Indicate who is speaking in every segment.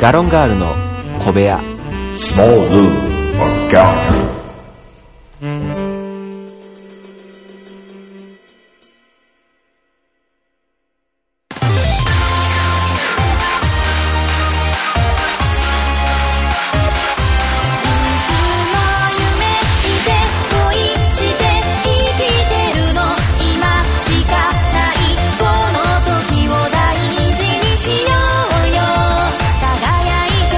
Speaker 1: ガロンガールの小部屋
Speaker 2: Small Room or Dark Room.
Speaker 3: いつも夢見て恋して生きてるの今しかないこの時を大事にしようよ輝いて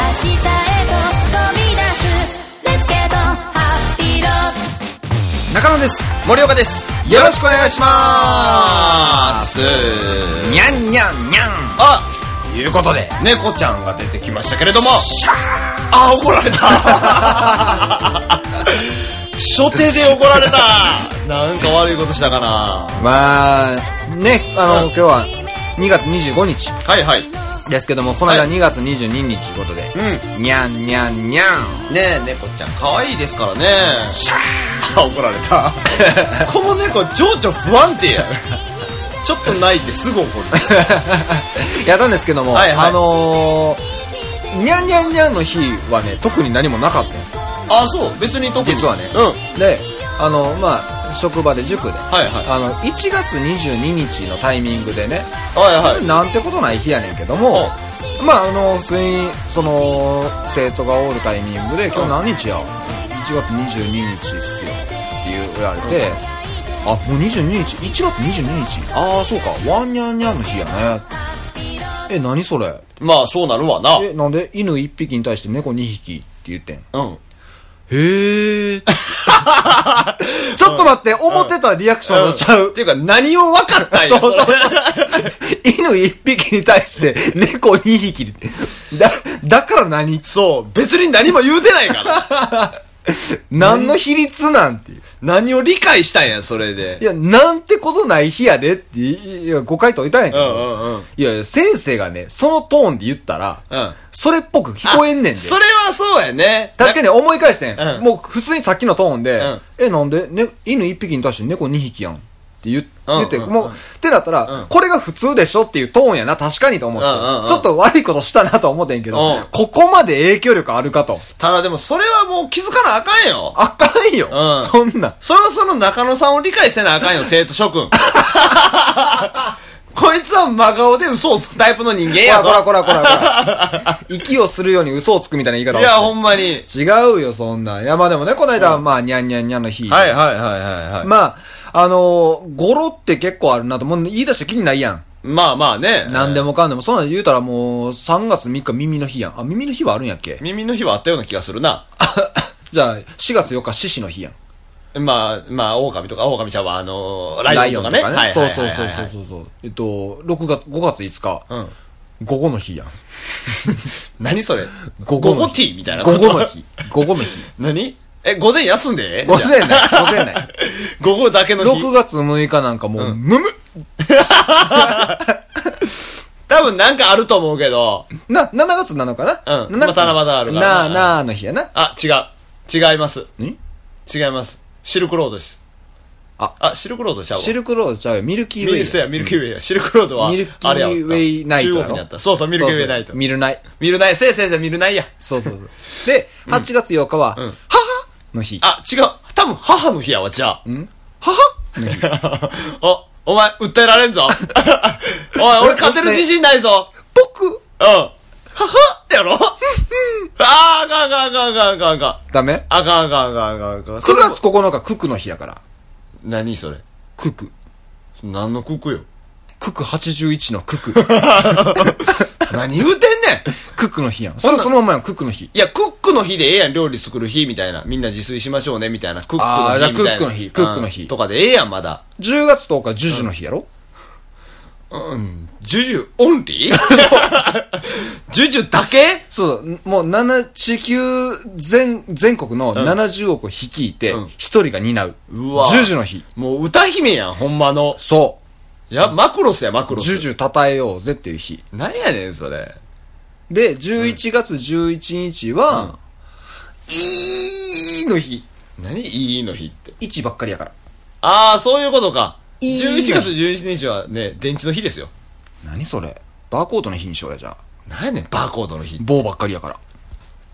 Speaker 3: 明日へと飛び出す Let's get on happy road
Speaker 4: 中野です
Speaker 5: 森岡ですよろしくお願いします
Speaker 4: にゃんにゃんにゃん
Speaker 5: あいうことで猫ちゃんが出てきましたけれどもあ怒られた初手で怒られた なんか悪いことしたかなは
Speaker 4: まあねあの今日は2月25日
Speaker 5: いはい
Speaker 4: ですけどもこの間
Speaker 5: はい
Speaker 4: 2月22日ということで、にゃんにゃんにゃん
Speaker 5: ねえ猫ちゃん可愛いですからねあ 怒られたこの猫情緒不安定 やちょっと泣いてすぐ怒る
Speaker 4: やったんですけども、
Speaker 5: はいはい
Speaker 4: あのー、にゃんにゃんにゃんの日はね特に何もなかったよ
Speaker 5: あそう別に特に
Speaker 4: 実はね
Speaker 5: うん
Speaker 4: であのまあ職場で塾で、
Speaker 5: はいはい
Speaker 4: あの1月22日のタイミングでね、
Speaker 5: はいはい
Speaker 4: なんてことない日やねんけども、まああの普通にその生徒がおるタイミングで「今日何日や?」「1月22日っすよ」って言われて「あもう22日1月22日ああそうかワンニャンニャンの日やね」え何それ
Speaker 5: まあそうなるわな
Speaker 4: えなんで犬1匹に対して猫2匹って言ってん
Speaker 5: うん
Speaker 4: へえ。 ちょっと待って、思ってたリアクションのちゃ
Speaker 5: っ
Speaker 4: う。
Speaker 5: ていうか、何を分か ったんや。
Speaker 4: そうそうそう
Speaker 5: れ。
Speaker 4: 犬1匹に対して猫2匹。だ、だから何
Speaker 5: そう、別に何も言うてない から。
Speaker 4: 何の比率なんていう。
Speaker 5: 何を理解したんや、それ
Speaker 4: い
Speaker 5: で。
Speaker 4: や、なんてことない日やでって、いいや、誤解といたんやけど。
Speaker 5: うんうんうん
Speaker 4: いやいや、先生がね、そのトーンで言ったら、
Speaker 5: うん
Speaker 4: それっぽく聞こえんねんで。
Speaker 5: それはそうやね。
Speaker 4: 確かに思い返してん。
Speaker 5: うん
Speaker 4: もう普通にさっきのトーンで、
Speaker 5: うん
Speaker 4: え、なんで、ね、犬1匹に対して猫2匹やんって言っ
Speaker 5: うん
Speaker 4: 言って、
Speaker 5: うん
Speaker 4: もう、ってなったら、
Speaker 5: うん
Speaker 4: これが普通でしょっていうトーンやな、確かにと思って、
Speaker 5: うんうんうん
Speaker 4: ちょっと悪いことしたなと思ってんけど、
Speaker 5: うん
Speaker 4: ここまで影響力あるかと。
Speaker 5: ただでも、それはもう気づかなあかんよ。
Speaker 4: あかんよ、
Speaker 5: うん
Speaker 4: そんなん。
Speaker 5: それはその中野さんを理解せな あかんよ、生徒諸君。 こいつは真顔で嘘をつくタイプの人間や
Speaker 4: こら
Speaker 5: ぞ。
Speaker 4: こらこらこ ら。息をするように嘘をつくみたいな言い方を
Speaker 5: い
Speaker 4: して
Speaker 5: や、ほんまに。
Speaker 4: 違うよ、そんなん。いや、まあでもね、この間、まあ、にゃんにゃんにゃんの日。
Speaker 5: はいはいはいはいはい。
Speaker 4: まあ、あのー語呂って結構あるなと、もう言い出して気にないやん。
Speaker 5: まあまあね。
Speaker 4: なんでもかんでも、そんなん言うたらもう、3月3日耳の日やん。あ、耳の日はあるんやっけ
Speaker 5: 耳の日はあったような気がす るな。
Speaker 4: じゃあ、4月4日、獅子の日やん。
Speaker 5: まあ、まあ、狼とか、狼ちゃんは、あのー、ライオンとかね。はい
Speaker 4: そ
Speaker 5: は
Speaker 4: う
Speaker 5: いはい
Speaker 4: そう
Speaker 5: はい
Speaker 4: そうそうそうそう。えっと、6月、5月5日、
Speaker 5: うん。
Speaker 4: 午後の日やん。
Speaker 5: 何それ
Speaker 4: 午
Speaker 5: 午
Speaker 4: 後の日
Speaker 5: 後ティーみたいなこ
Speaker 4: 午後
Speaker 5: と。
Speaker 4: の 日。午後の日。
Speaker 5: 何え、午前休んで
Speaker 4: 午前ない、午前ない。
Speaker 5: 午後だけの日
Speaker 4: 6。月6日なんかもう、むむ
Speaker 5: 多分なんかあると思うけど。
Speaker 4: な、7月なのかな
Speaker 5: うん
Speaker 4: 7月
Speaker 5: また七夕あるから
Speaker 4: なあ
Speaker 5: うん
Speaker 4: なあの日やな。
Speaker 5: あ、違う。違います。
Speaker 4: ん
Speaker 5: 違います。シルクロードです。
Speaker 4: あ
Speaker 5: あ、シルクロードちゃうわ
Speaker 4: シルクロードちゃうよ、ミルキー
Speaker 5: ミ
Speaker 4: ウェイや。
Speaker 5: ルキーウェイや、ミルキーウェイや。シルクロードは、
Speaker 4: ミルキ
Speaker 5: あれや
Speaker 4: ーウェイナイト
Speaker 5: 中
Speaker 4: や
Speaker 5: 国
Speaker 4: ろ
Speaker 5: にあった。そうそう、ミルキーウェイナイト。
Speaker 4: ミルナイ。
Speaker 5: 見るない。せいせいせい見るないや。
Speaker 4: そうそうそう。で、8月8日は、
Speaker 5: ん
Speaker 4: 母の日。
Speaker 5: あ、違う。多分母の日やわ、じゃあ。
Speaker 4: 母の日。
Speaker 5: お、 お前、訴えられんぞ。 おい、俺勝てる自信ないぞ。
Speaker 4: 僕、
Speaker 5: うん。ははってやろ あーあかんあかんあかんあかんあかんあかん。
Speaker 4: ダメ
Speaker 5: あかんあかんあかんあかんあかん。
Speaker 4: ?9
Speaker 5: それも
Speaker 4: 月9日、ククの日やから。
Speaker 5: 何それ
Speaker 4: クク。
Speaker 5: 何のククよ。
Speaker 4: クク81の クク。
Speaker 5: 何言うてんねん
Speaker 4: ククの日やん。それそのまんまやん、ククの日。
Speaker 5: いや、クックの日でええやん、料理作る日みたいな。みんな自炊しましょうね、みたいな。クック
Speaker 4: あー
Speaker 5: の日みたいな。
Speaker 4: じゃあクックの日クックの日
Speaker 5: うんとかでええやん、まだ。
Speaker 4: 10月10日、ジュジュの日やろ
Speaker 5: うん。ジュジュオンリー ジュジュだけ
Speaker 4: そう、もう7、地球全、全国の70億を率いて
Speaker 5: うん、
Speaker 4: 一人が担う。
Speaker 5: うわ
Speaker 4: ジュジュの日。
Speaker 5: もう歌姫やん、ほんまの。
Speaker 4: そ
Speaker 5: いや、マクロスや、マク
Speaker 4: う。
Speaker 5: ロス。
Speaker 4: ジュジュ称えようぜっていう日。
Speaker 5: 何やねん、それ。
Speaker 4: で、11月11日は、いいの日。
Speaker 5: 何いいの日って。
Speaker 4: 1ばっかりやから。
Speaker 5: ああ、そういうことか。
Speaker 4: いいの
Speaker 5: 11月11日はね、電池の日ですよ。
Speaker 4: 何それバーコードの日にしようや、じゃあ。
Speaker 5: 何やねん、バーコードの日。
Speaker 4: 棒ばっかりやから。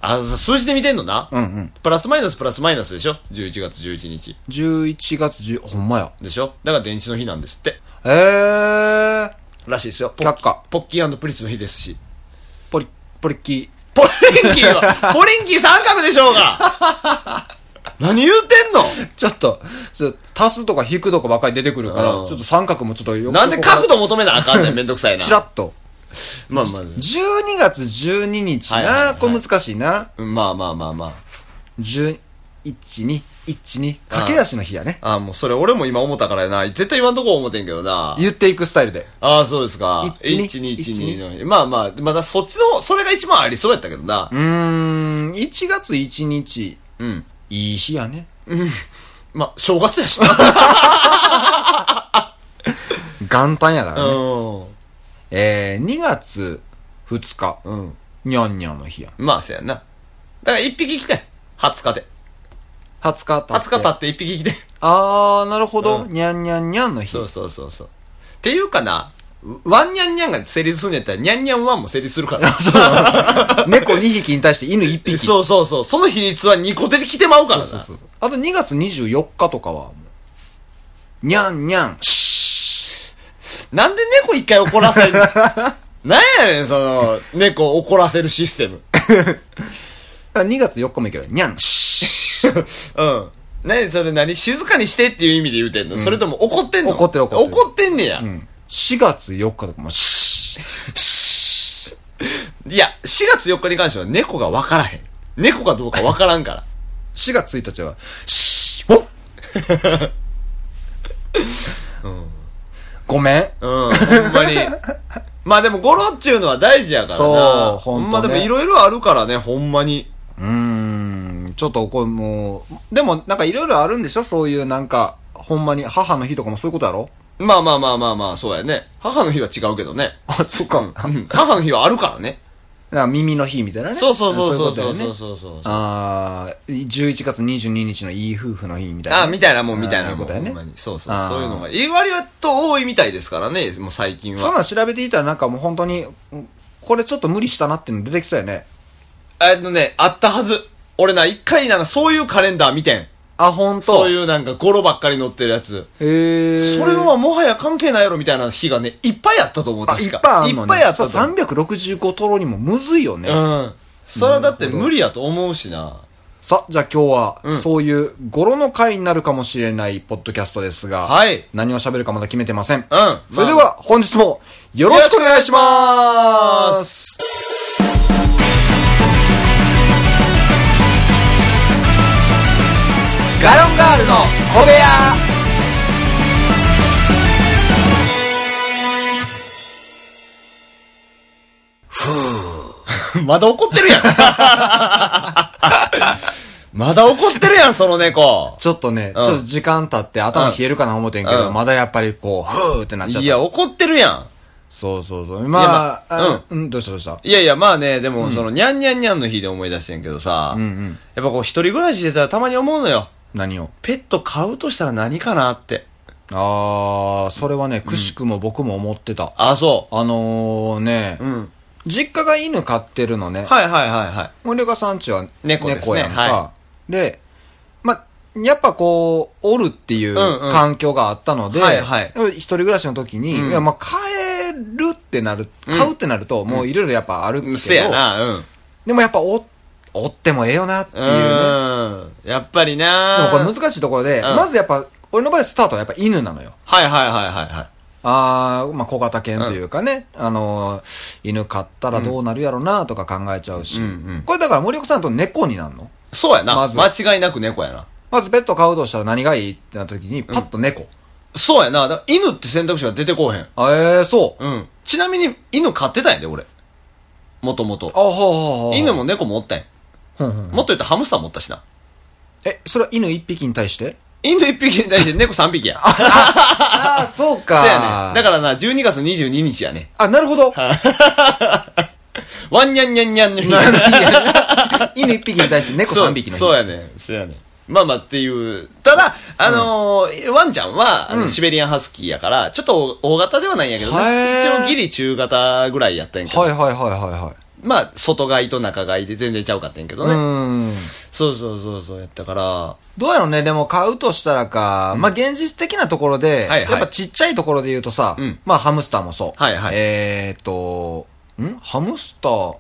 Speaker 5: あ、数字で見てんのな。
Speaker 4: うんうん。
Speaker 5: プラスマイナスプラスマイナスでしょ ?11 月11日。
Speaker 4: 11月10、ほんまや。
Speaker 5: でしょだから電池の日なんですって。
Speaker 4: えー、
Speaker 5: らしいですよ。ポッ
Speaker 4: 却下。
Speaker 5: ポッキープリッツの日ですし。
Speaker 4: ポリ、ポリッキ
Speaker 5: ポリンキー は、ポリンキー三角でしょうが何言う
Speaker 4: ー。ちょっと、ちょっと足すとか引くとかばっかり出てくるから、
Speaker 5: うん
Speaker 4: ちょっと三角もちょっと
Speaker 5: て
Speaker 4: よ
Speaker 5: んのなんで角度
Speaker 4: も
Speaker 5: 求めなあかんねん、めんどくさいな。
Speaker 4: ちらっと。
Speaker 5: まあまあ。
Speaker 4: 12月12日な、
Speaker 5: はいはいはい
Speaker 4: これ難しいな。
Speaker 5: うんまあまあまあまあ。
Speaker 4: 12、12、12、駆け足の日やね。
Speaker 5: ああ、もうそれ俺も今思ったからやな。絶対言わんとこ思ってんけどな。
Speaker 4: 言っていくスタイルで。
Speaker 5: ああ、そうですか。
Speaker 4: 12
Speaker 5: 1212の。まあまあ、まだそっちの、それが一番ありそうやったけどな
Speaker 4: う。ーん、1月1日、
Speaker 5: うん。
Speaker 4: いい日やね。
Speaker 5: まあ、正月やしな。
Speaker 4: 元旦やからね。
Speaker 5: う
Speaker 4: えー、2月2日、
Speaker 5: ん。うん。
Speaker 4: にゃんにゃんの日や。
Speaker 5: まあ、そうやな。だから一匹来てん。20日で。
Speaker 4: 20日経って。
Speaker 5: 20日経って一匹来て ん。
Speaker 4: あー、なるほど。
Speaker 5: うん
Speaker 4: にゃんにゃんにゃんの日
Speaker 5: そ。うそうそうそう。っていうかな、ワンニャンニャンが成立するんやったら、ニャンニャンワンも成立する から。
Speaker 4: 猫2匹に対して犬1匹。
Speaker 5: そうそうそう。その比率は2個出てきてまうからな。
Speaker 4: そうそうそうあと2月24日とかは、もうにゃんにゃん、シ
Speaker 5: なんで猫一回怒 らせるなんやねん、その、猫を怒らせるシステム。
Speaker 4: ー。2月4日もいいけど、にゃん、シー。
Speaker 5: うん。何それ何静かにしてっていう意味で言うてんの、それとも怒ってんの
Speaker 4: 怒ってる怒ってる
Speaker 5: 怒ってんねや。
Speaker 4: 4月4日とかも、シー、シー。
Speaker 5: いや、4月4日に関しては猫が分からへん。猫かどうか分からんから。
Speaker 4: 4月1日は、シー、おごめん。
Speaker 5: うん、ほん まに。まあでも語呂っちゅうのは大事やからな。
Speaker 4: そうほんとね
Speaker 5: まあでもいろいろあるからね、ほんまに。
Speaker 4: うーん、ちょっとこれもう、でもなんかいろいろあるんでしょそういうなんか、ほんまに母の日とかもそういうことやろ
Speaker 5: まあまあまあまあまあ、そうやね。母の日は違うけどね。
Speaker 4: あ、そっか。
Speaker 5: うん母の日はあるからね。
Speaker 4: なんか耳の日みたいなね。
Speaker 5: そうそうそうそう
Speaker 4: い
Speaker 5: そう
Speaker 4: ことや
Speaker 5: う
Speaker 4: ね
Speaker 5: そうそうそう。
Speaker 4: ああ、11月22日のいい夫婦の日みたいな。
Speaker 5: あ、みたいなもん、みたいな
Speaker 4: あーこ
Speaker 5: もん。
Speaker 4: とや
Speaker 5: ほ
Speaker 4: ね
Speaker 5: んま。にそうそう。
Speaker 4: あー
Speaker 5: そういうのが。い割と多いみたいですからね、もう最近
Speaker 4: そん
Speaker 5: は。
Speaker 4: なん調べていたらなんかもう本当に、うんこれちょっと無理したなっていうの出てきそうやね。
Speaker 5: あのね、あったはず。俺な、一回なんかそういうカレンダー見てん。
Speaker 4: あ、本当
Speaker 5: そう
Speaker 4: う。
Speaker 5: いうなんか語呂ばっかり載ってるやつ。
Speaker 4: へえ。
Speaker 5: それはもはや関係ないやろみたいな日がね、いっぱいあったと思う、
Speaker 4: あ、い
Speaker 5: 確
Speaker 4: っ
Speaker 5: か。
Speaker 4: ぱいあんのね
Speaker 5: いっぱいあったと
Speaker 4: そう
Speaker 5: 思う。
Speaker 4: 365トロにもむずいよね。
Speaker 5: うん。それはだって無理やと思うしな。
Speaker 4: さあ、じゃあ今日は、
Speaker 5: うん
Speaker 4: そういう語呂の回になるかもしれないポッドキャストですが、
Speaker 5: はい
Speaker 4: 何を喋るかまだ決めてません。うん
Speaker 5: まあ
Speaker 4: それでは本日もよろしくお願いします
Speaker 5: ガロンガールの小部屋ふぅ。まだ怒ってるやん。 まだ怒ってるやん、その猫。
Speaker 4: ちょっとね、
Speaker 5: うん
Speaker 4: ちょっと時間経って頭冷えるかな思ってんけど、
Speaker 5: うん
Speaker 4: まだやっぱりこう、ふーってなっちゃった。
Speaker 5: いや、怒ってるやん。
Speaker 4: そうそうそう。まあ、
Speaker 5: いやまあ
Speaker 4: あうん、どうしたどうした
Speaker 5: いやいや、まあね、でも、その、にゃんにゃんにゃんの日で思い出してんけどさ、
Speaker 4: うんうん
Speaker 5: やっぱこう、一人暮らししてたらたまに思うのよ。
Speaker 4: 何を
Speaker 5: ペット飼うとしたら何かなって。
Speaker 4: あー、それはね、くしくも僕も思ってた。
Speaker 5: あ、そ
Speaker 4: あのーね、
Speaker 5: う。うん。
Speaker 4: 実家が犬飼ってるのね。
Speaker 5: はいはいはいはい。
Speaker 4: 森岡さんちは
Speaker 5: 猫ですね
Speaker 4: やんか。
Speaker 5: は
Speaker 4: で、ま、やっぱこう、おるっていう
Speaker 5: うんうん
Speaker 4: 環境があったので、
Speaker 5: はいはい
Speaker 4: 一人暮らしの時に、
Speaker 5: うん
Speaker 4: いやまあ、買えるってなる、買うってなると、もういろいろやっぱあるけど、
Speaker 5: うんせやな、うん。
Speaker 4: でもやっぱお、おってもええよなっていううね。
Speaker 5: ーん。やっぱり
Speaker 4: で
Speaker 5: な
Speaker 4: もこれ難しいところで、
Speaker 5: うん
Speaker 4: まずやっぱ、俺の場合スタートはやっぱ犬なのよ。
Speaker 5: はいはいはいはいはい。
Speaker 4: あー、まあ、小型犬というかね、あのー犬飼ったらどうなるやろなとか考えちゃうし、
Speaker 5: うんうん
Speaker 4: これだから森岡さんと猫になるの
Speaker 5: そうやな。
Speaker 4: まず
Speaker 5: 間違いなく猫やな。
Speaker 4: まずペット飼うとしたら何がいいってなった時に、パッと猫。
Speaker 5: そうやな。だから犬って選択肢が出てこうへん。
Speaker 4: あえー、そう。
Speaker 5: うん。ちなみに犬飼ってたんやで、俺。もともと
Speaker 4: あ。ほうほうほう。
Speaker 5: 犬。も猫もおったんや。
Speaker 4: ふんふん
Speaker 5: もっと言ったらハムスターもおったしな。
Speaker 4: え、それは犬一匹に対して
Speaker 5: 犬1匹に対して猫3匹や。
Speaker 4: ああ、そうか。
Speaker 5: そうやね。だ
Speaker 4: ら。
Speaker 5: からな、12月22日やね。
Speaker 4: あ、なるほど。
Speaker 5: ワンニャンニャンニャンニャン。
Speaker 4: 犬一匹に対して猫
Speaker 5: そう
Speaker 4: 三匹の日。
Speaker 5: そうやね。そうやね。まあまあっていう。ただ、あのーワンちゃんは、あのシベリアンハスキーやから、ちょっと大型ではないんやけどね。
Speaker 4: へー
Speaker 5: 一応ギリ中型ぐらいやったんやけど、
Speaker 4: はいはいはいはいはい。
Speaker 5: まあ、外買いと中買いで全然ちゃうかったんやけどね。
Speaker 4: うん。
Speaker 5: そうそうそうそうやったから、
Speaker 4: どうやろうね、でも買うとしたらか、まあ、現実的なところで、
Speaker 5: はいはい
Speaker 4: やっぱちっちゃいところで言うとさ、
Speaker 5: うん
Speaker 4: まあ、ハムスターもそう。
Speaker 5: はいはい
Speaker 4: えーっと、んハムスター、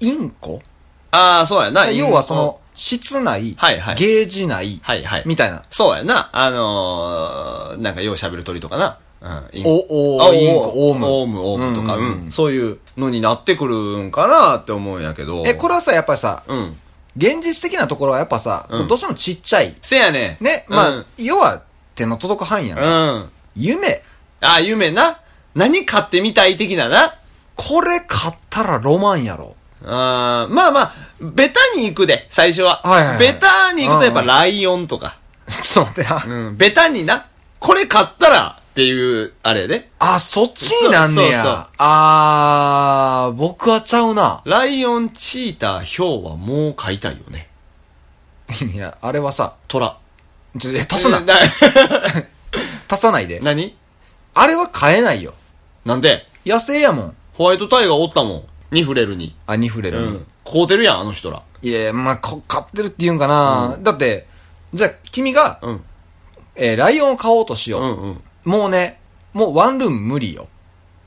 Speaker 4: インコ
Speaker 5: ああ、そうやな。
Speaker 4: 要はその、室内、
Speaker 5: はいはい
Speaker 4: ゲージ内、
Speaker 5: はいはい
Speaker 4: みたいな。
Speaker 5: そうやな。あのー、なんかよう喋る鳥とかな。うん、インコ
Speaker 4: おお
Speaker 5: あ
Speaker 4: インコオウム
Speaker 5: オウム、オウムとか、
Speaker 4: う
Speaker 5: うんん
Speaker 4: うんうん
Speaker 5: そういうのになってくるんかなって思うんやけど。
Speaker 4: え、これはさ、やっぱりさ、
Speaker 5: うん。
Speaker 4: 現実的なところはやっぱさ、
Speaker 5: うん
Speaker 4: どうしてもちっちゃい。
Speaker 5: せやね。
Speaker 4: ね、
Speaker 5: うん
Speaker 4: まあ、要は手の届く範囲やん。
Speaker 5: うん。
Speaker 4: 夢、
Speaker 5: あ、夢な。何買ってみたい的なな。
Speaker 4: これ買ったらロマンやろ。
Speaker 5: あーまあまあ、ベタに行くで、最初は。
Speaker 4: はいはいはい
Speaker 5: ベタに行くとやっぱ
Speaker 4: うん
Speaker 5: ライオンとか。
Speaker 4: ちょっと待ってな。
Speaker 5: うん、ベタにな。これ買ったらっていう、あれやで。
Speaker 4: あ、そっちになんねや。
Speaker 5: そうそうそう
Speaker 4: あー、僕はちゃうな。
Speaker 5: ライオン、チーター、ヒョウはもう買いたいよね。
Speaker 4: いや、あれはさ、
Speaker 5: トラ。
Speaker 4: ちょ、え、足さな
Speaker 5: え、な
Speaker 4: 足さないで。
Speaker 5: 何
Speaker 4: あれは買えないよ。
Speaker 5: なんで
Speaker 4: 野生やもん。
Speaker 5: ホワイトタイガーおったもん。ニフレルに。
Speaker 4: あ、ニフレルに。。
Speaker 5: 買うてるやん、あの人ら。
Speaker 4: いや、まあ、こ買ってるって言うんかな、だって、じゃあ、君が、
Speaker 5: うん。
Speaker 4: えーライオンを買おうとしよ
Speaker 5: う
Speaker 4: う、
Speaker 5: んうん。
Speaker 4: もうね、もうワンルーム無理よ。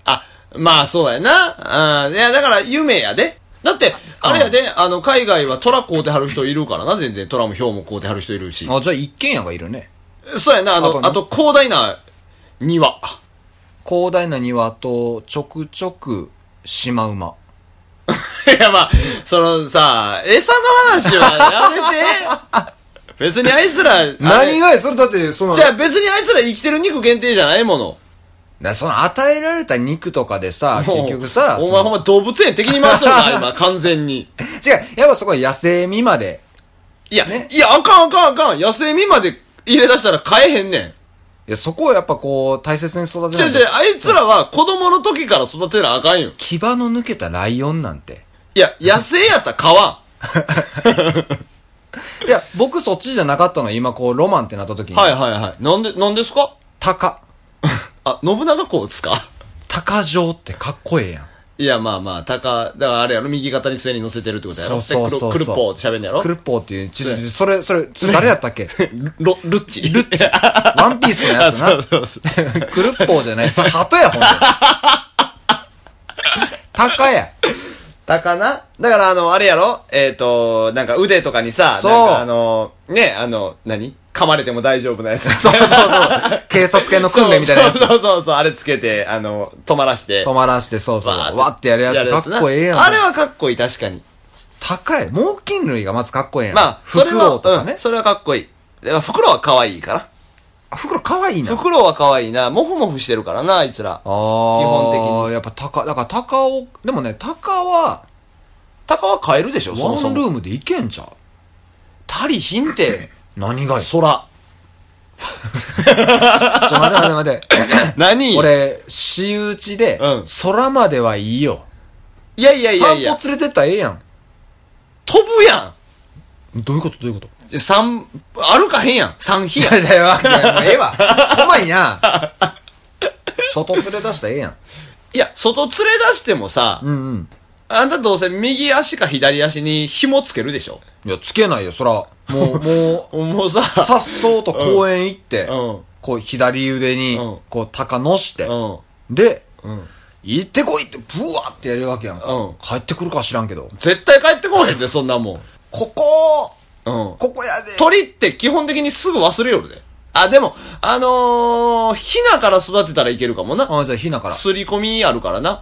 Speaker 5: あ、まあそうやな。うん。いや、だから夢やで。だって、あれやで、あの、海外はトラ買うてはる人いるからな、全然。トラもヒョウも買うてはる人いるし。
Speaker 4: あ、じゃあ一軒家がいるね。
Speaker 5: そうやな、あ
Speaker 4: あと
Speaker 5: の、
Speaker 4: な
Speaker 5: あと広大な庭。
Speaker 4: 広大な庭と、ちょくちょく、シマウマ。
Speaker 5: いや、まあ、そのさ、餌の話は やめて。別にあいつら、あれ
Speaker 4: 何がや、それだって、その、
Speaker 5: じゃあ別にあいつら生きてる肉限定じゃないもの。
Speaker 4: だからその与えられた肉とかでさ、
Speaker 5: もう
Speaker 4: 結局さ、
Speaker 5: お
Speaker 4: そ
Speaker 5: 前
Speaker 4: の
Speaker 5: ほんま動物園敵に回しとる な、今、完全に。
Speaker 4: 違う、やっぱそこは野生味まで。
Speaker 5: いや、
Speaker 4: ね
Speaker 5: いや、あかんあかんあかん。野生味まで入れ出したら買えへんね
Speaker 4: いや、そこをやっぱこう、大切に育
Speaker 5: ん。
Speaker 4: て
Speaker 5: 違
Speaker 4: な
Speaker 5: う
Speaker 4: いと
Speaker 5: 違う、あいつらは子供の時から育てなあかんよ。
Speaker 4: 牙の抜けたライオンなんて。
Speaker 5: いや、野生やったら買わ
Speaker 4: いや、僕そっちじゃなかったの、今こう、ロマンってなった時
Speaker 5: ん。
Speaker 4: に。
Speaker 5: はい
Speaker 4: い。
Speaker 5: はいはい。なんで、なんですか
Speaker 4: 鷹。
Speaker 5: あ、信長公ですか
Speaker 4: 鷹城ってかっこええやん。
Speaker 5: いや、まあまあ、鷹、だからあれやろ、右肩に常に乗せてるってことやろ。
Speaker 4: そうそうそうそう
Speaker 5: でクルクルッポーって喋んのやろ
Speaker 4: クルッポーっていう、ちょちょそれ、それ、それ誰やったっ け
Speaker 5: ロ、ルッチ。
Speaker 4: ルッチ。ワンピースのやつな。
Speaker 5: あそうそうそう。
Speaker 4: クルッポーじゃない。それ、鳩 や、ほんと。鷹や。
Speaker 5: 鷹なだからあの、あれやろえっ、と、なんか腕とかにさ、
Speaker 4: そう
Speaker 5: なんかあの、ね、あの、何噛まれても大丈夫なやつ。 そう
Speaker 4: そうそう。警察犬の訓練みたいなやつ
Speaker 5: そ。うそうそうそう、あれつけて、あの、止まらして。
Speaker 4: 止まらして、そうそう。
Speaker 5: わー
Speaker 4: わってやるやつ、かっこええやん。
Speaker 5: なあれはかっこいい、確かに。
Speaker 4: 高い。猛禽類がまずかっこええやん。
Speaker 5: まあ、そ
Speaker 4: フ
Speaker 5: れ
Speaker 4: クロ
Speaker 5: は、
Speaker 4: ウとか
Speaker 5: う
Speaker 4: ね
Speaker 5: ん、。それはかっこいい。でもフクロウは可愛いから。
Speaker 4: あフクロウかわいいな。
Speaker 5: フクロウは可愛いな。もふもふしてるからな、あいつら。
Speaker 4: ああ。
Speaker 5: 基本
Speaker 4: 的に。やっぱ高、だから高を、でもね、高は、
Speaker 5: 鷹は飼えるでしょ、そも
Speaker 4: ワ
Speaker 5: そ
Speaker 4: ンル
Speaker 5: も。
Speaker 4: ームでいけんちゃう
Speaker 5: たりひ んて、
Speaker 4: 何がよ。ちょ、
Speaker 5: 空。
Speaker 4: 待て待て待て。
Speaker 5: 何
Speaker 4: 俺、仕打ちで
Speaker 5: うん、
Speaker 4: 空まではいいよ。
Speaker 5: いやいやいや
Speaker 4: 散
Speaker 5: いや、
Speaker 4: 歩連れてったらええやん。
Speaker 5: 飛ぶや
Speaker 4: どういうことどう いうこと
Speaker 5: ん三、歩かへんやん。三飛
Speaker 4: い
Speaker 5: やん
Speaker 4: や。いや、わかんないもうええわ。怖いな。外連れ出したらええやん。
Speaker 5: いや、外連れ出してもさ、
Speaker 4: うんうん。
Speaker 5: あんたどうせ右足か左足に紐つけるでしょ
Speaker 4: いや、つけないよ、そら。もう、もう、
Speaker 5: もうさ、
Speaker 4: さっそうと公園行って、
Speaker 5: うん
Speaker 4: こう左腕に
Speaker 5: うん、
Speaker 4: こう鷹のして、
Speaker 5: うん。
Speaker 4: で、
Speaker 5: ん
Speaker 4: 行ってこいって、ブワーってやるわけやんか。
Speaker 5: うん
Speaker 4: 帰ってくるか知らんけど。
Speaker 5: 絶対帰ってこへんで、そんなもん。
Speaker 4: ここ
Speaker 5: うん。
Speaker 4: ここやで
Speaker 5: 鳥って基本的にすぐ忘れよるで。あ、でも、あのー、ヒナから育てたらいけるかもな。
Speaker 4: あ、じゃあひなから。
Speaker 5: すり込みあるからな。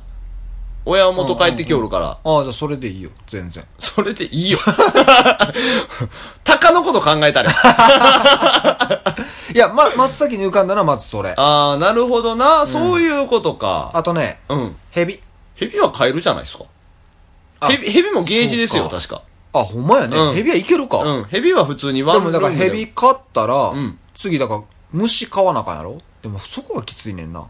Speaker 5: 親元帰ってきよるから。
Speaker 4: あ、じゃあそれでいいよ、全然。
Speaker 5: それでいいよ。 鷹のこと考え たら。
Speaker 4: いや、ま、真っ先に浮かんだのはまずそれ。あ
Speaker 5: あー、なるほどな。そういうことか。
Speaker 4: とね、
Speaker 5: うん。
Speaker 4: 蛇。
Speaker 5: 蛇は買えるじゃないですか。
Speaker 4: あ
Speaker 5: 蛇、蛇もゲージですよ、
Speaker 4: そうか
Speaker 5: 確か。
Speaker 4: あ、ほんまやね。
Speaker 5: うん
Speaker 4: 蛇はいけるか。
Speaker 5: うん、蛇は普通にワ
Speaker 4: で
Speaker 5: ンルー
Speaker 4: も
Speaker 5: ム
Speaker 4: だから蛇飼ったら、
Speaker 5: ん
Speaker 4: 次だから虫飼わなあかんやろでもそこがきついねんな。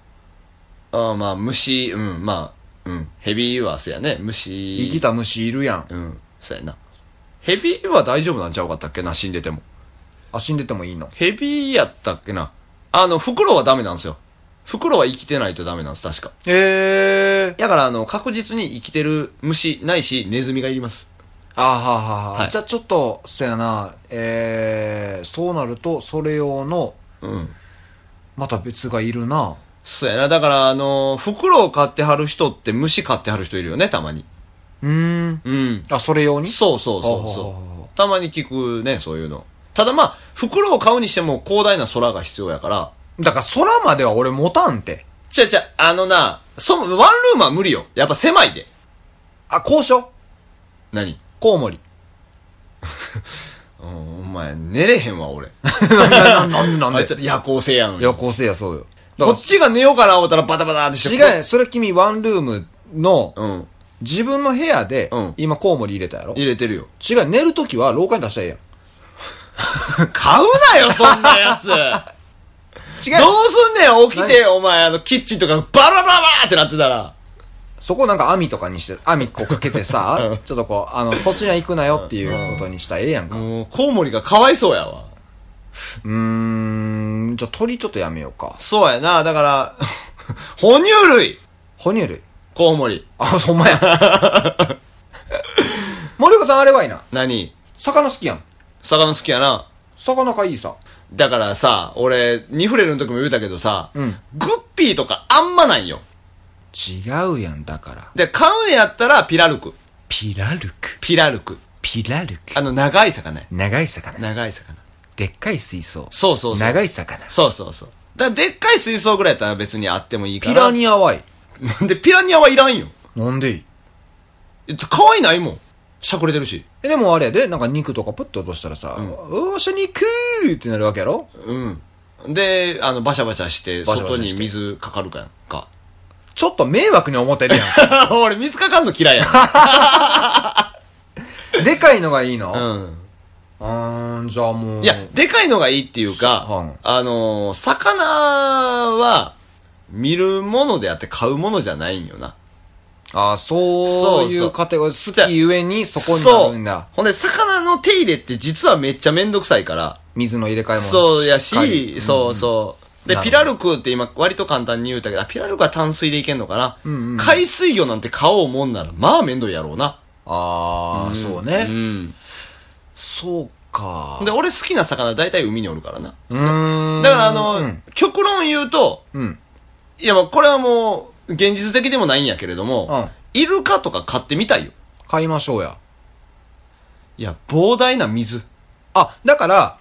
Speaker 5: ああ、まあ、虫、うん、まあ、うん。蛇はそうやね、虫。
Speaker 4: 生きた虫いるやん。
Speaker 5: うん、そうやな。蛇は大丈夫なんちゃうかったっけな、死んでても。
Speaker 4: あ、死んでてもいいの。
Speaker 5: ヘビやったっけな。あの、袋はダメなんですよ。袋は生きてないとダメなんです、確か。
Speaker 4: へえ。
Speaker 5: だから、あの、確実に生きてる虫ないし、ネズミがいります。
Speaker 4: あははは、
Speaker 5: はい
Speaker 4: じゃあちょっと、そうやな、えー、そうなると、それ用の、
Speaker 5: うん。
Speaker 4: また別がいるな。
Speaker 5: そうやな。だから、あの、袋を買ってはる人って虫買ってはる人いるよね、たまに。
Speaker 4: うーん。
Speaker 5: うん。
Speaker 4: あ、それ用に
Speaker 5: そうそうそう
Speaker 4: ほうほうほう
Speaker 5: そう。たまに聞くね、そういうの。ただまあ、袋を買うにしても広大な空が必要やから、
Speaker 4: だから空までは俺持たんて。
Speaker 5: ちゃちゃ、あのな、そ、ワンルームは無理よ。やっぱ狭いで。
Speaker 4: あ、交渉
Speaker 5: 何
Speaker 4: コウモ リ。
Speaker 5: うん、お前、寝れへんわ、 俺。
Speaker 4: なんでなんでなん
Speaker 5: あ
Speaker 4: で
Speaker 5: いつら夜行性やのに。
Speaker 4: 夜行性や、そうよ。だ
Speaker 5: こ
Speaker 4: か
Speaker 5: っちが寝ようかな思ったらバタバタってして。
Speaker 4: ら違うよそれ君ワンルームの、
Speaker 5: うん。
Speaker 4: 自分の部屋で、
Speaker 5: うん
Speaker 4: 今コウモリ入れたやろ違
Speaker 5: 入れてるよ。
Speaker 4: う、寝るときは廊下に出したらええやん。
Speaker 5: 買うなよ、そんなやつ ど
Speaker 4: 違う
Speaker 5: うすんねん、起きて、お前、あの、キッチンとかバラバラバラってなってたら。
Speaker 4: そこなんか網とかにして、網こうかけて
Speaker 5: う
Speaker 4: さ
Speaker 5: ん、
Speaker 4: ちょっとこう、あの、そっちには行くなよっていうことにしたらええやんか。
Speaker 5: もう、コウモリがかわいそうやわ。
Speaker 4: うーん、じゃあ鳥ちょっとやめようか。
Speaker 5: そうやな、だから、 哺乳類
Speaker 4: 哺乳類。
Speaker 5: コウモリ。
Speaker 4: あ、ほんまや。 森岡さんあれはいいな。
Speaker 5: 何
Speaker 4: 魚好きやん。
Speaker 5: 魚好きやな。
Speaker 4: 魚かいいさ。
Speaker 5: だからさ、俺、ニフレルの時も言うたけどさ、
Speaker 4: うん
Speaker 5: グッピーとかあんまないよ。
Speaker 4: 違うやん、だから。
Speaker 5: で、買うんやったらピラルク。
Speaker 4: ピラルク。
Speaker 5: ピラルク。
Speaker 4: ピラルク
Speaker 5: あの、長い魚や。
Speaker 4: 長い魚
Speaker 5: 長い魚。
Speaker 4: でっかい水槽。
Speaker 5: そうそうそう。
Speaker 4: 長い魚。
Speaker 5: そうそうそう。だからでっかい水槽ぐらいやったら別にあってもいいから。
Speaker 4: ピラニアはい
Speaker 5: ア。なんでピラニアはいらんよ。
Speaker 4: なんでいい
Speaker 5: えっと、可愛いないもん。しゃくれてるし。
Speaker 4: え、でもあれやで、なんか肉とかプッと落としたらさ、おーしゃ肉ーってなるわけやろ
Speaker 5: うん。で、あの、バシャバシャして、
Speaker 4: バシャバシャ
Speaker 5: 外
Speaker 4: して
Speaker 5: に水かかるかやんか。
Speaker 4: ちょっと迷惑に思ってるやん。
Speaker 5: 俺、水かかんの嫌いやん。
Speaker 4: でかいのがいいのう
Speaker 5: うん。
Speaker 4: ーん、じゃあもう。
Speaker 5: いや、でかいのがいいっていうか、
Speaker 4: うん
Speaker 5: あのー魚は、見るものであって買うものじゃないんよな。
Speaker 4: あーそうい
Speaker 5: そうそうう
Speaker 4: カテゴリー、好きゆえにそこになるんだ
Speaker 5: そう。。ほんで、魚の手入れって実はめっちゃめんどくさいから、
Speaker 4: 水の入れ替えも。
Speaker 5: そうやし、
Speaker 4: っかり
Speaker 5: そうそう。で
Speaker 4: な、るほど
Speaker 5: ピラルクって今割と簡単に言うたけど、あピラルクは淡水でいけんのかな、海水魚なんて買おうもんなら、まあめんどいやろうな。
Speaker 4: ああ、そう
Speaker 5: う
Speaker 4: ね。
Speaker 5: ん。
Speaker 4: そうか。
Speaker 5: で、俺好きな魚大体海におるからな。
Speaker 4: うーん。
Speaker 5: だからあの、
Speaker 4: うん
Speaker 5: 極論言うと、
Speaker 4: うん。
Speaker 5: いやまあこれはもう、現実的でもないんやけれども、イルカとか買ってみたいよ。
Speaker 4: 買いましょうや。
Speaker 5: いや、膨大な水。
Speaker 4: あ、だから、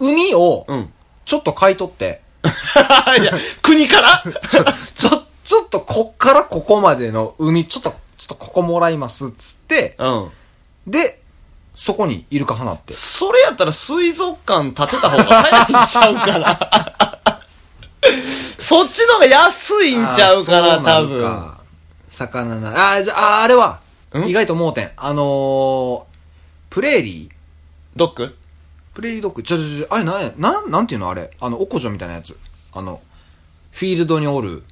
Speaker 4: 海を、
Speaker 5: うん。
Speaker 4: ちょっと買い取って、
Speaker 5: いや、国 から
Speaker 4: ちょ、ちょっとこっからここまでの海、ちょっと、ちょっとここもらいます、つって、
Speaker 5: うん。
Speaker 4: で、そこにイルカ放って。
Speaker 5: それやったら水族館建てた方が早いんちゃうかな。 そっちの方が安いんちゃうかな、
Speaker 4: あーそ
Speaker 5: 多
Speaker 4: うなる
Speaker 5: 分。
Speaker 4: か魚な、あー、じゃあ、あーあれは、
Speaker 5: ん
Speaker 4: 意外と盲点。あのー、プレーリー
Speaker 5: ドック
Speaker 4: プレーリードッグちょちょちょ、あれなんや、なん、なんていうのあれ。あの、おこじょみたいなやつ。あの、フィールドにおる、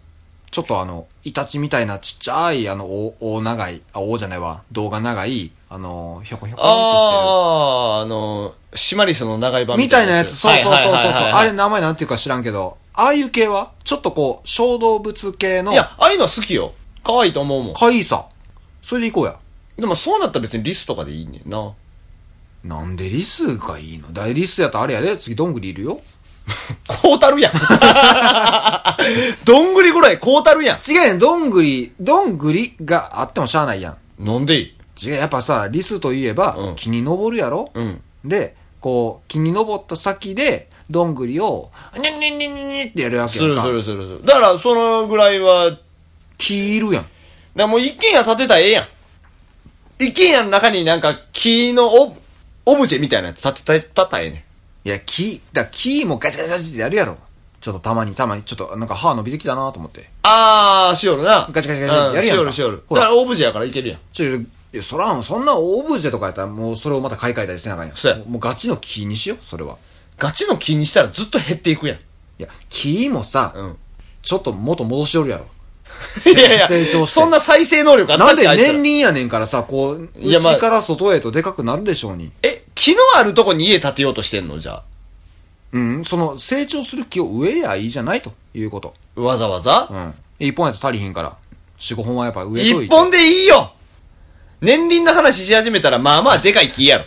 Speaker 4: ちょっとあの、イタチみたいなちっちゃい、あの、お、お長い、あ、おじゃないわ、動画長い、あの、ひょこひょこってしてる。
Speaker 5: ああ、あの、シマリスの長い版
Speaker 4: みたいなやつ、そうそうそうそうそう、
Speaker 5: はいはいはいはい
Speaker 4: あれ名前なんていうか知らんけど、ああいう系はちょっとこう、小動物系の、
Speaker 5: いや、ああいうのは好きよ。可愛いと思うもん。
Speaker 4: かいいさ。それで行こうや。
Speaker 5: でもそうなったら別にリスとかでいいねんな。
Speaker 4: なんでリスがいいのだいリスやったらあれやで、次どんぐりいるよ。
Speaker 5: こうた るやん。どんぐりぐらいこうたるや
Speaker 4: 違うやん、どんぐり、どんぐりがあってもしゃあないやん。
Speaker 5: ん。飲んでいい
Speaker 4: 違う、やっぱさ、リスといえば、
Speaker 5: うん
Speaker 4: 木に登るやろ、
Speaker 5: うん
Speaker 4: で、こう、木に登った先で、どんぐりを、にゃんにゃんにゃんにゃんにゃんってやるわけ
Speaker 5: す
Speaker 4: やん
Speaker 5: る
Speaker 4: か。
Speaker 5: するするする。だから、そのぐらいは、だか
Speaker 4: 木いるやん。
Speaker 5: らもう一軒家建てたらええやん。一軒家の中になんか木のオブ、オブジェみたいなやつ建てた、建てたらええねん。
Speaker 4: いや、木、だ木もガチガチガチってやるやろ。ちょっとたまにたまに、ちょっとなんか歯伸びてきたなと思って。
Speaker 5: あー、しよるな。
Speaker 4: ガチガチガチ
Speaker 5: うん
Speaker 4: やるやんか
Speaker 5: しよるしよる。
Speaker 4: ほ
Speaker 5: だ
Speaker 4: ら
Speaker 5: からオブジェやからいけるやん。
Speaker 4: ちょ、いや、そら、そんなオブジェとかやったらもうそれをまた買い替えたりしてなあかんやん。
Speaker 5: そうや
Speaker 4: もうもうガチの木にしよう、それは。
Speaker 5: ガチの木にしたらずっと減っていくやん。
Speaker 4: いや、木もさ、
Speaker 5: うん
Speaker 4: ちょっと元戻しよるやろ。
Speaker 5: いやいや、
Speaker 4: 成長して
Speaker 5: そんな再生能力あった
Speaker 4: な
Speaker 5: っ
Speaker 4: ん
Speaker 5: け
Speaker 4: で
Speaker 5: あいつら
Speaker 4: 年輪やねんからさ、こう、
Speaker 5: いやまあ
Speaker 4: 内から外へとでかくなるでしょうに。
Speaker 5: え、木のあるとこに家建てようとしてんのじゃあ。
Speaker 4: うん、その成長する木を植えりゃいいじゃないということ。
Speaker 5: わざわざ
Speaker 4: う。ん。一本やと足りひんから、四五本はやっぱ植えといて。
Speaker 5: 一本でいいよ年輪の話し始めたら、まあまあでかい木やろ。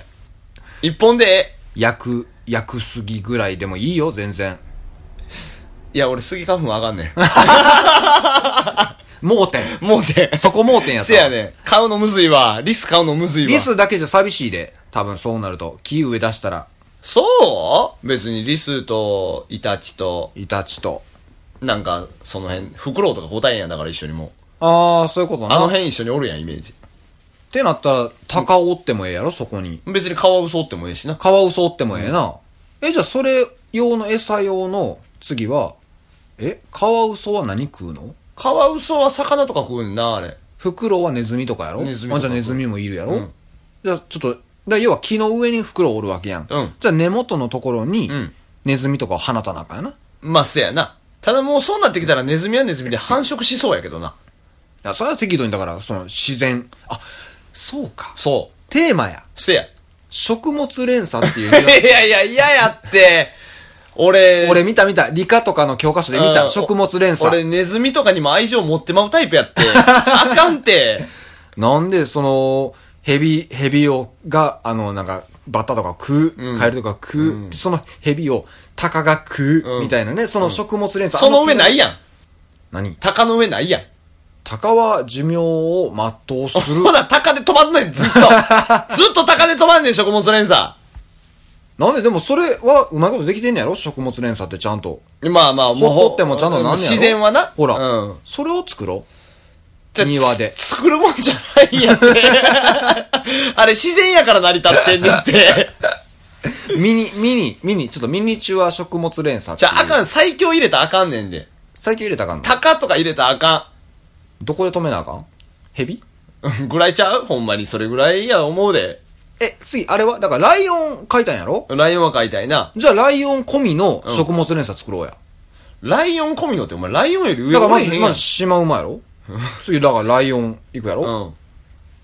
Speaker 5: 一本でえ
Speaker 4: 焼く、焼くすぎぐらいでもいいよ、全然。
Speaker 5: え。いや、俺、杉花粉あかんね
Speaker 4: 盲点。
Speaker 5: ん。もうて。
Speaker 4: そこ盲点やった。
Speaker 5: せやねん。買うのむずいわ。リス買うのむずいわ。
Speaker 4: リスだけじゃ寂しいで。多分そうなると。木植え出したら、
Speaker 5: そう別にリスと、イタチと、
Speaker 4: イタチと。
Speaker 5: なんか、その辺、フクロウとか答えんやんだから一緒にもう。
Speaker 4: あー、そういうことな。
Speaker 5: あの辺一緒におるやん、イメージ。
Speaker 4: ってなったら、鷹を折ってもええやろ、そこに。
Speaker 5: 別にカワウソってもええしな。
Speaker 4: カワウソ折ってもええな。え、じゃあそれ用の餌用の次は、え、カワウソは何食うの
Speaker 5: カワウソは魚とか食うねんな、あれ。
Speaker 4: フクロウはネズミとかやろ
Speaker 5: ネズミとか
Speaker 4: あじゃあネズミもいるやろ、
Speaker 5: うん
Speaker 4: じゃあちょっと、だから要は木の上にフクロウおるわけやん。
Speaker 5: うん
Speaker 4: じゃあ根元のところに
Speaker 5: ん、
Speaker 4: ネズミとかを放たなあかんやな。い
Speaker 5: まあ、せやな。ただもうそうなってきたらネズミはネズミで繁殖しそうやけどな。
Speaker 4: や、それは適度にだから、その自然。あ、そうか。
Speaker 5: そ
Speaker 4: テーマや。
Speaker 5: う。せや。
Speaker 4: 食物連鎖って いう
Speaker 5: いやいや、嫌やって。俺、
Speaker 4: 俺見た見た。理科とかの教科書で見
Speaker 5: う
Speaker 4: た。
Speaker 5: ん
Speaker 4: 食物連
Speaker 5: 俺
Speaker 4: 鎖。
Speaker 5: ネズミとかにも愛情持ってまうタイプやって。あか んて。
Speaker 4: なんで、その、ヘビ、ヘビを、が、あの、なんか、バッタとか食う、カエルとか食う、そのヘビを、タカが食う、
Speaker 5: うん
Speaker 4: みたいなね、その食物連鎖。
Speaker 5: その上ない
Speaker 4: や
Speaker 5: やん。
Speaker 4: 何
Speaker 5: 鷹の上ないやん。
Speaker 4: 鷹は寿命を全うする
Speaker 5: ほ。な、鷹で止まんねん、ず っと。ずっと鷹で止まんねん、食物連鎖。
Speaker 4: なんででもそれはうまいことできてんねやろ食物連鎖ってちゃんと。
Speaker 5: まあまあ、
Speaker 4: も
Speaker 5: も
Speaker 4: う
Speaker 5: う。
Speaker 4: 掘ってもちゃんとなんねやろ
Speaker 5: 自然はな。
Speaker 4: ほら、
Speaker 5: うん。
Speaker 4: それを作ろ
Speaker 5: じゃあ
Speaker 4: 庭で
Speaker 5: つ作るもんじゃないん やって。あれ、自然やから成り立ってんねんって。
Speaker 4: う。ミニ、ミニ、ミニ、ちょっとミニチュア食物連鎖って
Speaker 5: じ
Speaker 4: い
Speaker 5: ゃ
Speaker 4: う
Speaker 5: あ、あかん、最強入れたらあかんねんで。
Speaker 4: 最近入れたらあかんの
Speaker 5: 鷹とか入れたらあか
Speaker 4: どこで止めなあかんヘビ
Speaker 5: んうん。ぐらいちゃうほんまに、それぐらいや思うで。
Speaker 4: え、次、あれはだからライオン描いたんやろ
Speaker 5: ライオンは飼いたいな。
Speaker 4: じゃあライオン込みの食物連鎖作ろうや。
Speaker 5: ライオン込みのって、お前、ライオンより上
Speaker 4: だから
Speaker 5: お
Speaker 4: ま
Speaker 5: れ
Speaker 4: ず、
Speaker 5: へん
Speaker 4: ま
Speaker 5: やん
Speaker 4: ずシマウマや ろ次、だからライオン行くやろ、
Speaker 5: うん。も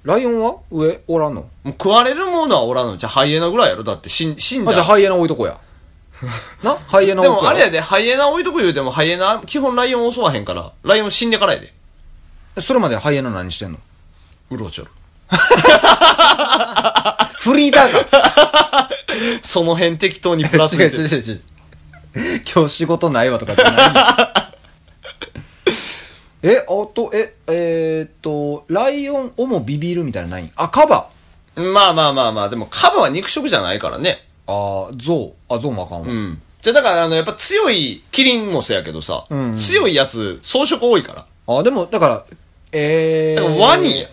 Speaker 4: ライオンは上おらんの
Speaker 5: う食われるものはおらんのじゃあハイエナぐらいやろだって死ん、死ん
Speaker 4: あ、
Speaker 5: だ
Speaker 4: じゃあ
Speaker 5: ら。
Speaker 4: ハイエナ置いとこうや。 なハイエナ
Speaker 5: で
Speaker 4: 置いとこう
Speaker 5: もあれやで、ハイエナ置いとく言うても、ハイエナ、基本ライオン襲わへんから、ライオン死んでからやで。
Speaker 4: それまでハイエナ何してんの
Speaker 5: うろちょろ。
Speaker 4: フリーダーか
Speaker 5: その辺適当にプラス
Speaker 4: 違う
Speaker 5: で。
Speaker 4: 違う違う違う。今日仕事ないわとかじゃない え、あと、え、えーっと、ライオンをもビビるみたいなのないあ、カバ
Speaker 5: まあまあまあまあ、でもカバは肉食じゃないからね。
Speaker 4: あー、ゾウ。あ、ゾウもあかんわ。
Speaker 5: うん。じゃあだから、あの、やっぱ強い、キリンもせやけどさ、
Speaker 4: ん
Speaker 5: 強いやつ、装飾多いから。
Speaker 4: あ、でも、だから、え
Speaker 5: だから
Speaker 4: ー。
Speaker 5: ワニや。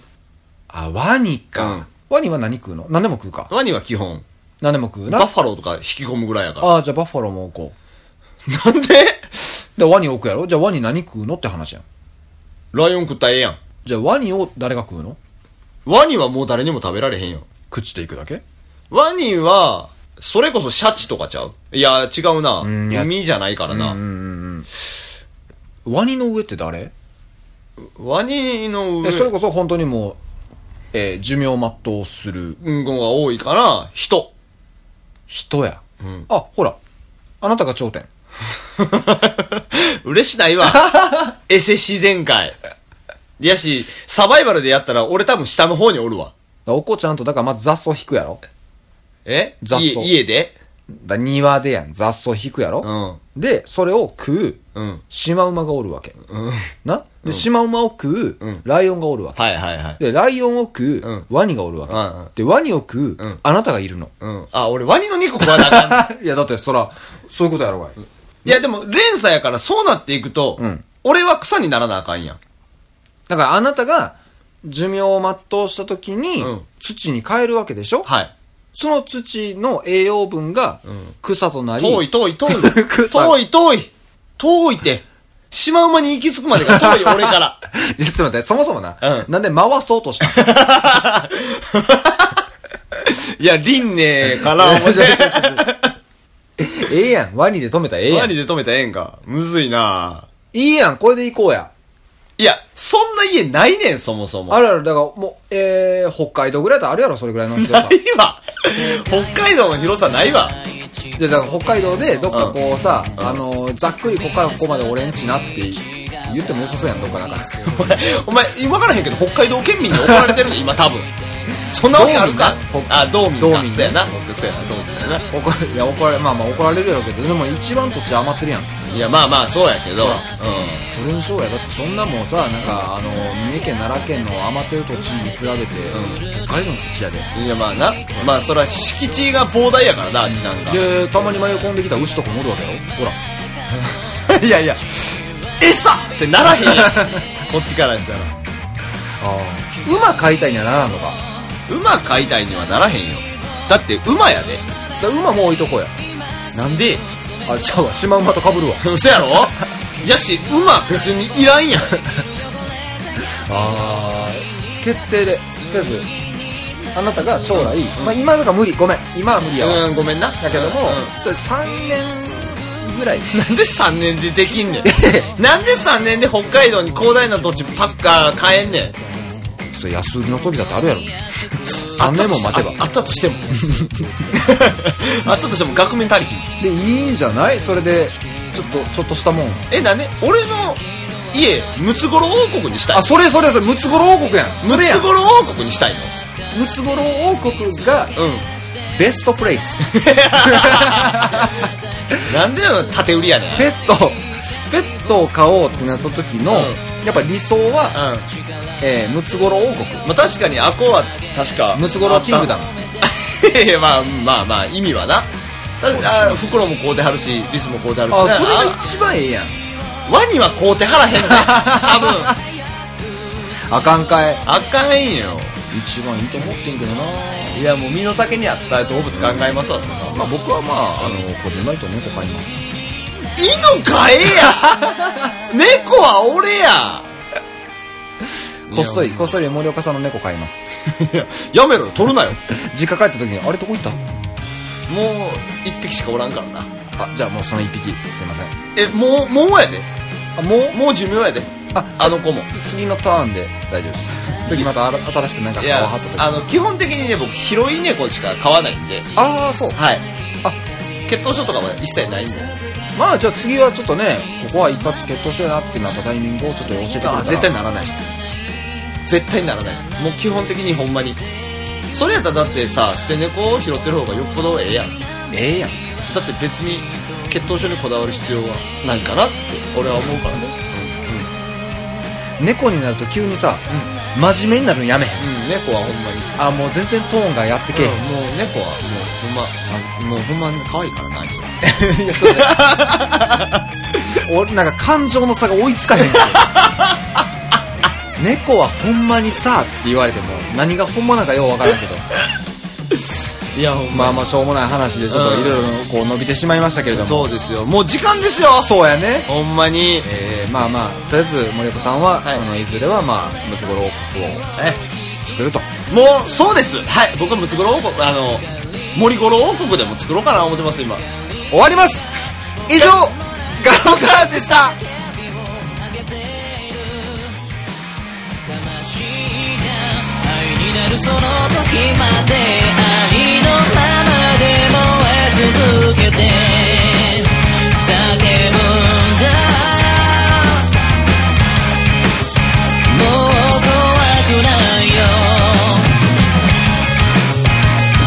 Speaker 4: あ、ワニか。
Speaker 5: うん
Speaker 4: ワニは何食うの何でも食うか。
Speaker 5: ワニは基本、
Speaker 4: 何でも食う
Speaker 5: バッ
Speaker 4: な。
Speaker 5: ファローとか引き込むぐらいやから。
Speaker 4: あー、じゃあバッファローも置こ
Speaker 5: なんで
Speaker 4: う。で、ワニ置くやろじゃあワニ何食うのって話やん。
Speaker 5: ライオン食ったらええやん。
Speaker 4: じゃあワニを誰が食うの
Speaker 5: ワニはもう誰にも食べられへんよ。
Speaker 4: 朽ちていくだけ
Speaker 5: ワニは、それこそシャチとかちゃういや、違うな。
Speaker 4: んいや
Speaker 5: 海じゃないからな。
Speaker 4: ワニの上って誰
Speaker 5: ワニの上、
Speaker 4: えそれこそ本当にもう、えー寿命を全うする
Speaker 5: うんごが多いから、人。
Speaker 4: 人や。あ、ほら。あなたが頂点。
Speaker 5: 嬉しない わ。エセ自然界。いやし、サバイバルでやったら俺多分下の方におるわ。
Speaker 4: お子ちゃんと、だからまず雑草引くやろ
Speaker 5: え
Speaker 4: 雑草
Speaker 5: 家家で
Speaker 4: だ庭でやん。雑草引くやろ、で、それを食う、
Speaker 5: うん
Speaker 4: シマウマがおるわけ。なで、シマウマを食う、ライオンがおるわけ。
Speaker 5: はいはいはい。
Speaker 4: で、ライオンを食う、
Speaker 5: ん
Speaker 4: ワニがおるわけ。
Speaker 5: うんうん
Speaker 4: で、ワニを食う、
Speaker 5: ん
Speaker 4: あなたが いるの。
Speaker 5: うん。あ、俺ワニの肉食わなあ かん。
Speaker 4: いや、だってそら、そういうことやろ、おい。
Speaker 5: いやでも連鎖やからそうなっていくと、
Speaker 4: ん
Speaker 5: 俺は草にならなあかんやん。
Speaker 4: だからあなたが寿命を全うした時に、
Speaker 5: うん
Speaker 4: 土に変えるわけでしょ、
Speaker 5: はい。
Speaker 4: その土の栄養分が草となり、
Speaker 5: 遠い遠い遠い。
Speaker 4: 草
Speaker 5: 遠い遠い。遠いって。シマウマに行き着くまでが遠い俺から。
Speaker 4: いやちょっと待って、そもそもな、
Speaker 5: うん
Speaker 4: なんで回そうとしたの
Speaker 5: いや、輪廻かな、思っ
Speaker 4: ええやん、ワニで止めたらええ
Speaker 5: て。
Speaker 4: や
Speaker 5: ワ
Speaker 4: ん。
Speaker 5: ニ
Speaker 4: い
Speaker 5: で止めたらええんか。むずいない
Speaker 4: やん、これでいこうや。
Speaker 5: いや、そんな家ないねん、そもそも。
Speaker 4: あるある、だからもう、え ー、北海道ぐらいだとあるやろ、それぐらいの広
Speaker 5: な
Speaker 4: さ
Speaker 5: い。わ。北海道の広さないわ。
Speaker 6: 毎日
Speaker 4: じゃあだから北海道でどっかこうさ、あのざっくりここからここまで俺んちなって言っても良さそうやんどっかなんか
Speaker 5: お前、お前分からへんけど、北海道県民に怒られてるの、今多分。そんなわけあるか
Speaker 4: 道民な
Speaker 5: あ、道民か。
Speaker 4: 道民ね
Speaker 5: そうやな。そうやな、道民やな。
Speaker 4: 怒らいや怒られまあまあ怒られるやろうけどでも一番土地余ってるやん
Speaker 5: いや、まあまあ、そうやけど。うん。
Speaker 4: それにしようやだってそんなもんさなんかあの三重県奈良県の余ってる土地に比べて、北海道の土地やで
Speaker 5: いや、まあな。まあ、それは敷地が膨大やからな、あっちなんか。
Speaker 4: でたまに迷い込んできた牛とかもおるわけよほら
Speaker 5: いやいや、餌ってならへんやん。こっちからしたら。
Speaker 4: 馬飼いたいにはならんのか
Speaker 5: 馬飼いたいにはならへんよ。だって、馬やで。
Speaker 4: だから馬もう置いとこうや
Speaker 5: なんで
Speaker 4: あちゃうわシマウマとかぶるわ
Speaker 5: 嘘やろやし、馬別にいらんやん。
Speaker 4: ああ決定でとりあえずあなたが将来、まあ、今のが無理ごめん今は無理やわ、
Speaker 5: うん、ごめんな。
Speaker 4: だけども、
Speaker 5: うんうん
Speaker 4: 3年ぐらい
Speaker 5: なんで3年でできんねんなんで3年で北海道に広大な土地パッカー買えんねん
Speaker 4: それ安売りの時だってある やろ3年も待てば
Speaker 5: ああったと してもあったとしても額面足りひん
Speaker 4: でいいんじゃないそれでちょっとちょっとしたもん
Speaker 5: えなんで俺の家ムツゴロウ王国にしたい
Speaker 4: あそれそれそれムツゴロウ王国やんそ
Speaker 5: ム
Speaker 4: れや
Speaker 5: ツ
Speaker 4: ん
Speaker 5: ゴロウ王国にしたいの
Speaker 4: ムツゴロウ王国が
Speaker 5: うん
Speaker 4: ベストプレイス
Speaker 5: なんで縦売りやねん
Speaker 4: ペットペットを飼おうってなった時の、
Speaker 5: う
Speaker 4: やっぱ理想は、
Speaker 5: うん
Speaker 4: えームツゴロウ王国
Speaker 5: まあ確かにアコは確か
Speaker 4: ムツゴロウキングダム
Speaker 5: いやいやまあまあまあ意味はなたあ袋も買うてはるしリスも買うてはるし
Speaker 4: あ
Speaker 5: な
Speaker 4: それが一番ええやん
Speaker 5: あワニは買うてはらへん ねん多分
Speaker 4: あかんかい
Speaker 5: あかんよ
Speaker 4: 一番いいと思ってんけどない
Speaker 5: やもう身の丈に合った動物考えますわそんな
Speaker 4: まあ僕はまああの個人バイト猫飼います
Speaker 5: 犬飼え や猫は俺や
Speaker 4: こっそりこっそり森岡さんの猫飼います
Speaker 5: いややめろよ取るなよ
Speaker 4: 実家帰った時にあれどこ行った
Speaker 5: もう一匹しかおらんからな
Speaker 4: あじゃあもうその一匹すいません
Speaker 5: えもうもうやで
Speaker 4: あもう
Speaker 5: もう寿命やで
Speaker 4: あ
Speaker 5: あの子も
Speaker 4: 次のターンで大丈夫です次またあら新しくなんか
Speaker 5: い
Speaker 4: 顔
Speaker 5: や
Speaker 4: 張った時
Speaker 5: あの基本的にね僕広い猫しか飼わないんで
Speaker 4: ああそう
Speaker 5: はい
Speaker 4: あ
Speaker 5: 血糖症とかは一切ないんで
Speaker 4: まあじゃあ次はちょっとねここは一発決闘しようなってなったタイミングをちょっと教えてくれたら
Speaker 5: あ絶対ならないっす絶対ならないっすもう基本的にほんまにそれやったらだってさ捨て猫を拾ってる方がよっぽどええやん
Speaker 4: ええやん
Speaker 5: だって別に血糖症にこだわる必要はないかなって俺は思うからね
Speaker 4: 猫になると急にさ、真面目になるのやめへん
Speaker 5: うん猫はほんまに、
Speaker 4: あもう全然トーンがやってけえへん、
Speaker 5: もう猫はもうほんまあもうほんまに可愛いからなあいつら
Speaker 4: 俺なんか感情の差が追いつかへん 猫はほんまにさって言われても何がほんまなんかようわからんけど
Speaker 5: いやほん
Speaker 4: まあまあしょうもない話でちょっといろいろこう伸びてしまいましたけれども
Speaker 5: そうですよもう時間ですよ
Speaker 4: そうやね
Speaker 5: ほんまに
Speaker 4: えーまあまあとりあえず森岡さんは、
Speaker 5: はい
Speaker 4: そのいずれはまあムツゴロウ王国を
Speaker 5: え
Speaker 4: 作ると
Speaker 5: もうそうですはい僕はムツゴロウ王国あの森ゴロウ王国でも作ろうかな思ってます今
Speaker 4: 終わります以上ガロガーでした
Speaker 6: 続けて叫ぶんだもう怖くないよ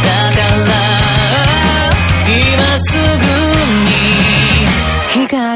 Speaker 6: だから今すぐに光